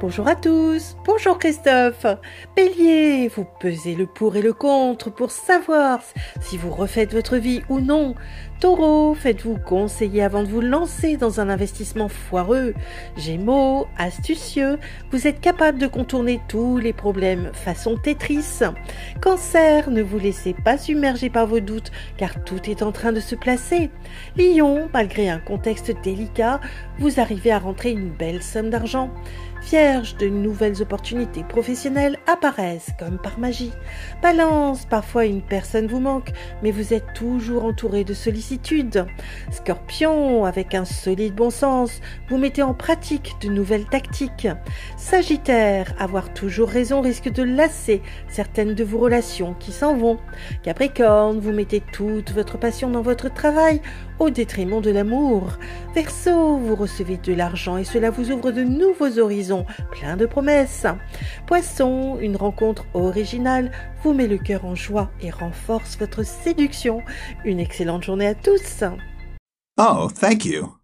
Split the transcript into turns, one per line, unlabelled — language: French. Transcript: Bonjour à tous, bonjour Christophe. Bélier, vous pesez le pour et le contre pour savoir si vous refaites votre vie ou non. Taureau, faites-vous conseiller avant de vous lancer dans un investissement foireux. Gémeaux, astucieux, vous êtes capable de contourner tous les problèmes façon Tetris. Cancer, ne vous laissez pas submerger par vos doutes car tout est en train de se placer. Lion, malgré un contexte délicat, vous arrivez à rentrer une belle somme d'argent. Vierge, de nouvelles opportunités professionnelles apparaissent comme par magie. Balance, parfois une personne vous manque, mais vous êtes toujours entouré de sollicitude. Scorpion, avec un solide bon sens, vous mettez en pratique de nouvelles tactiques. Sagittaire, avoir toujours raison risque de lasser certaines de vos relations qui s'en vont. Capricorne, vous mettez toute votre passion dans votre travail au détriment de l'amour. Verseau, vous recevez de l'argent et cela vous ouvre de nouveaux horizons plein de promesses. Poisson, une rencontre originale vous met le cœur en joie et renforce votre séduction. Une excellente journée à tous.
Oh, thank you.